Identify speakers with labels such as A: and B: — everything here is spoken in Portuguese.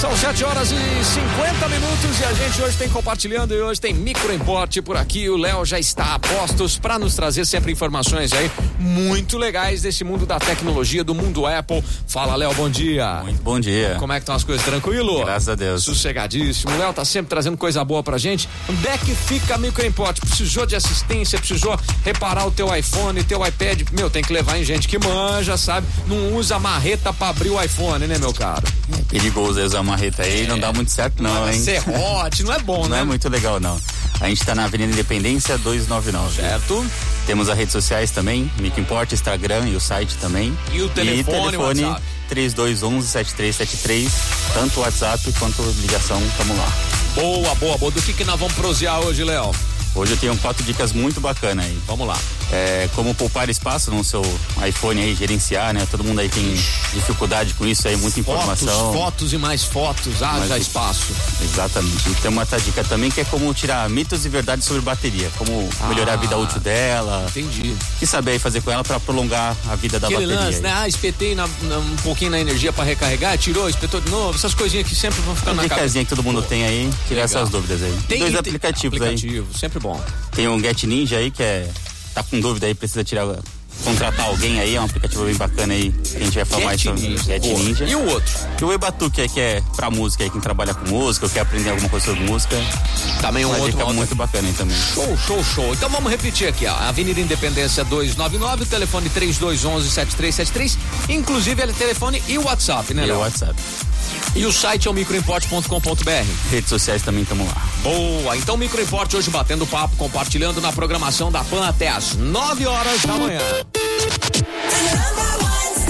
A: São 7 horas e 50 minutos e a gente hoje tem compartilhando e hoje tem micro importe por aqui. O Léo já está a postos para nos trazer sempre informações aí muito legais desse mundo da tecnologia, do mundo Apple. Fala, Léo, bom dia.
B: Muito bom dia.
A: Como é que estão as coisas? Tranquilo?
B: Graças a Deus.
A: Sossegadíssimo. O Léo tá sempre trazendo coisa boa pra gente. Onde é que fica a micro import? Precisou de assistência, precisou reparar o teu iPhone, teu iPad. Meu, tem que levar em gente que manja, sabe? Não usa marreta pra abrir o iPhone, né, meu caro?
B: É perigoso usar a marreta aí,
A: É.
B: não dá muito certo não, hein?
A: Tá Serrote, não é bom,
B: Não
A: né?
B: é muito legal não. A gente tá na Avenida Independência 299.
A: Certo.
B: Temos as redes sociais também, Mico Importa, Instagram e o site também.
A: E o telefone,
B: telefone
A: WhatsApp.
B: 3211-7373, tanto WhatsApp quanto ligação, tamo lá.
A: Boa, boa, boa. Do que que nós vamos prosear hoje, Léo?
B: Hoje eu tenho quatro dicas muito bacanas aí.
A: Vamos lá.
B: É, como poupar espaço no seu iPhone aí, gerenciar, né? Todo mundo aí tem dificuldade com isso aí, muita informação. um
A: Fotos, fotos e mais fotos. Haja
B: Mas-
A: espaço.
B: Exatamente. E tem uma outra dica também que é como tirar mitos e verdades sobre bateria, como
A: Ah.
B: melhorar a vida útil dela,
A: Entendi.
B: o que saber aí fazer com ela pra prolongar a vida da
A: Aquele
B: Tá bateria.
A: lance,
B: aí.
A: né? Ah, espetei na- na- um pouquinho na energia pra recarregar, tirou, espetou de novo. Essas coisinhas que sempre vão ficando
B: Uma
A: na cabeça.
B: dicasinha que todo mundo tem aí, tirar
A: legal.
B: essas dúvidas aí.
A: Tem
B: Dois
A: que ter-
B: aplicativos aí.
A: aplicativo, sempre bom.
B: Tem o Get Ninja aí que é tá com dúvida aí, precisa tirar contratar alguém aí, é um aplicativo bem bacana aí, que a gente vai falar mais
A: Get
B: sobre
A: Ninja.
B: Tá então, Get
A: Boa.
B: Ninja.
A: E o outro?
B: E o Ebatuque aí que é pra música aí, quem trabalha com música, ou quer aprender alguma coisa sobre música.
A: Também um
B: Uma
A: outro.
B: dica
A: outro.
B: muito bacana aí também.
A: Show, show, show. Então vamos repetir aqui, ó. Avenida Independência 299, telefone 3211-7373. Inclusive, ele é telefone e o WhatsApp, né,
B: E o
A: Léo?
B: WhatsApp.
A: E o site é o microimporte.com.br.
B: Redes sociais também estamos lá.
A: Boa, então Microimporte hoje batendo papo, compartilhando na programação da PAN até às 9 horas da manhã.
C: Fernanda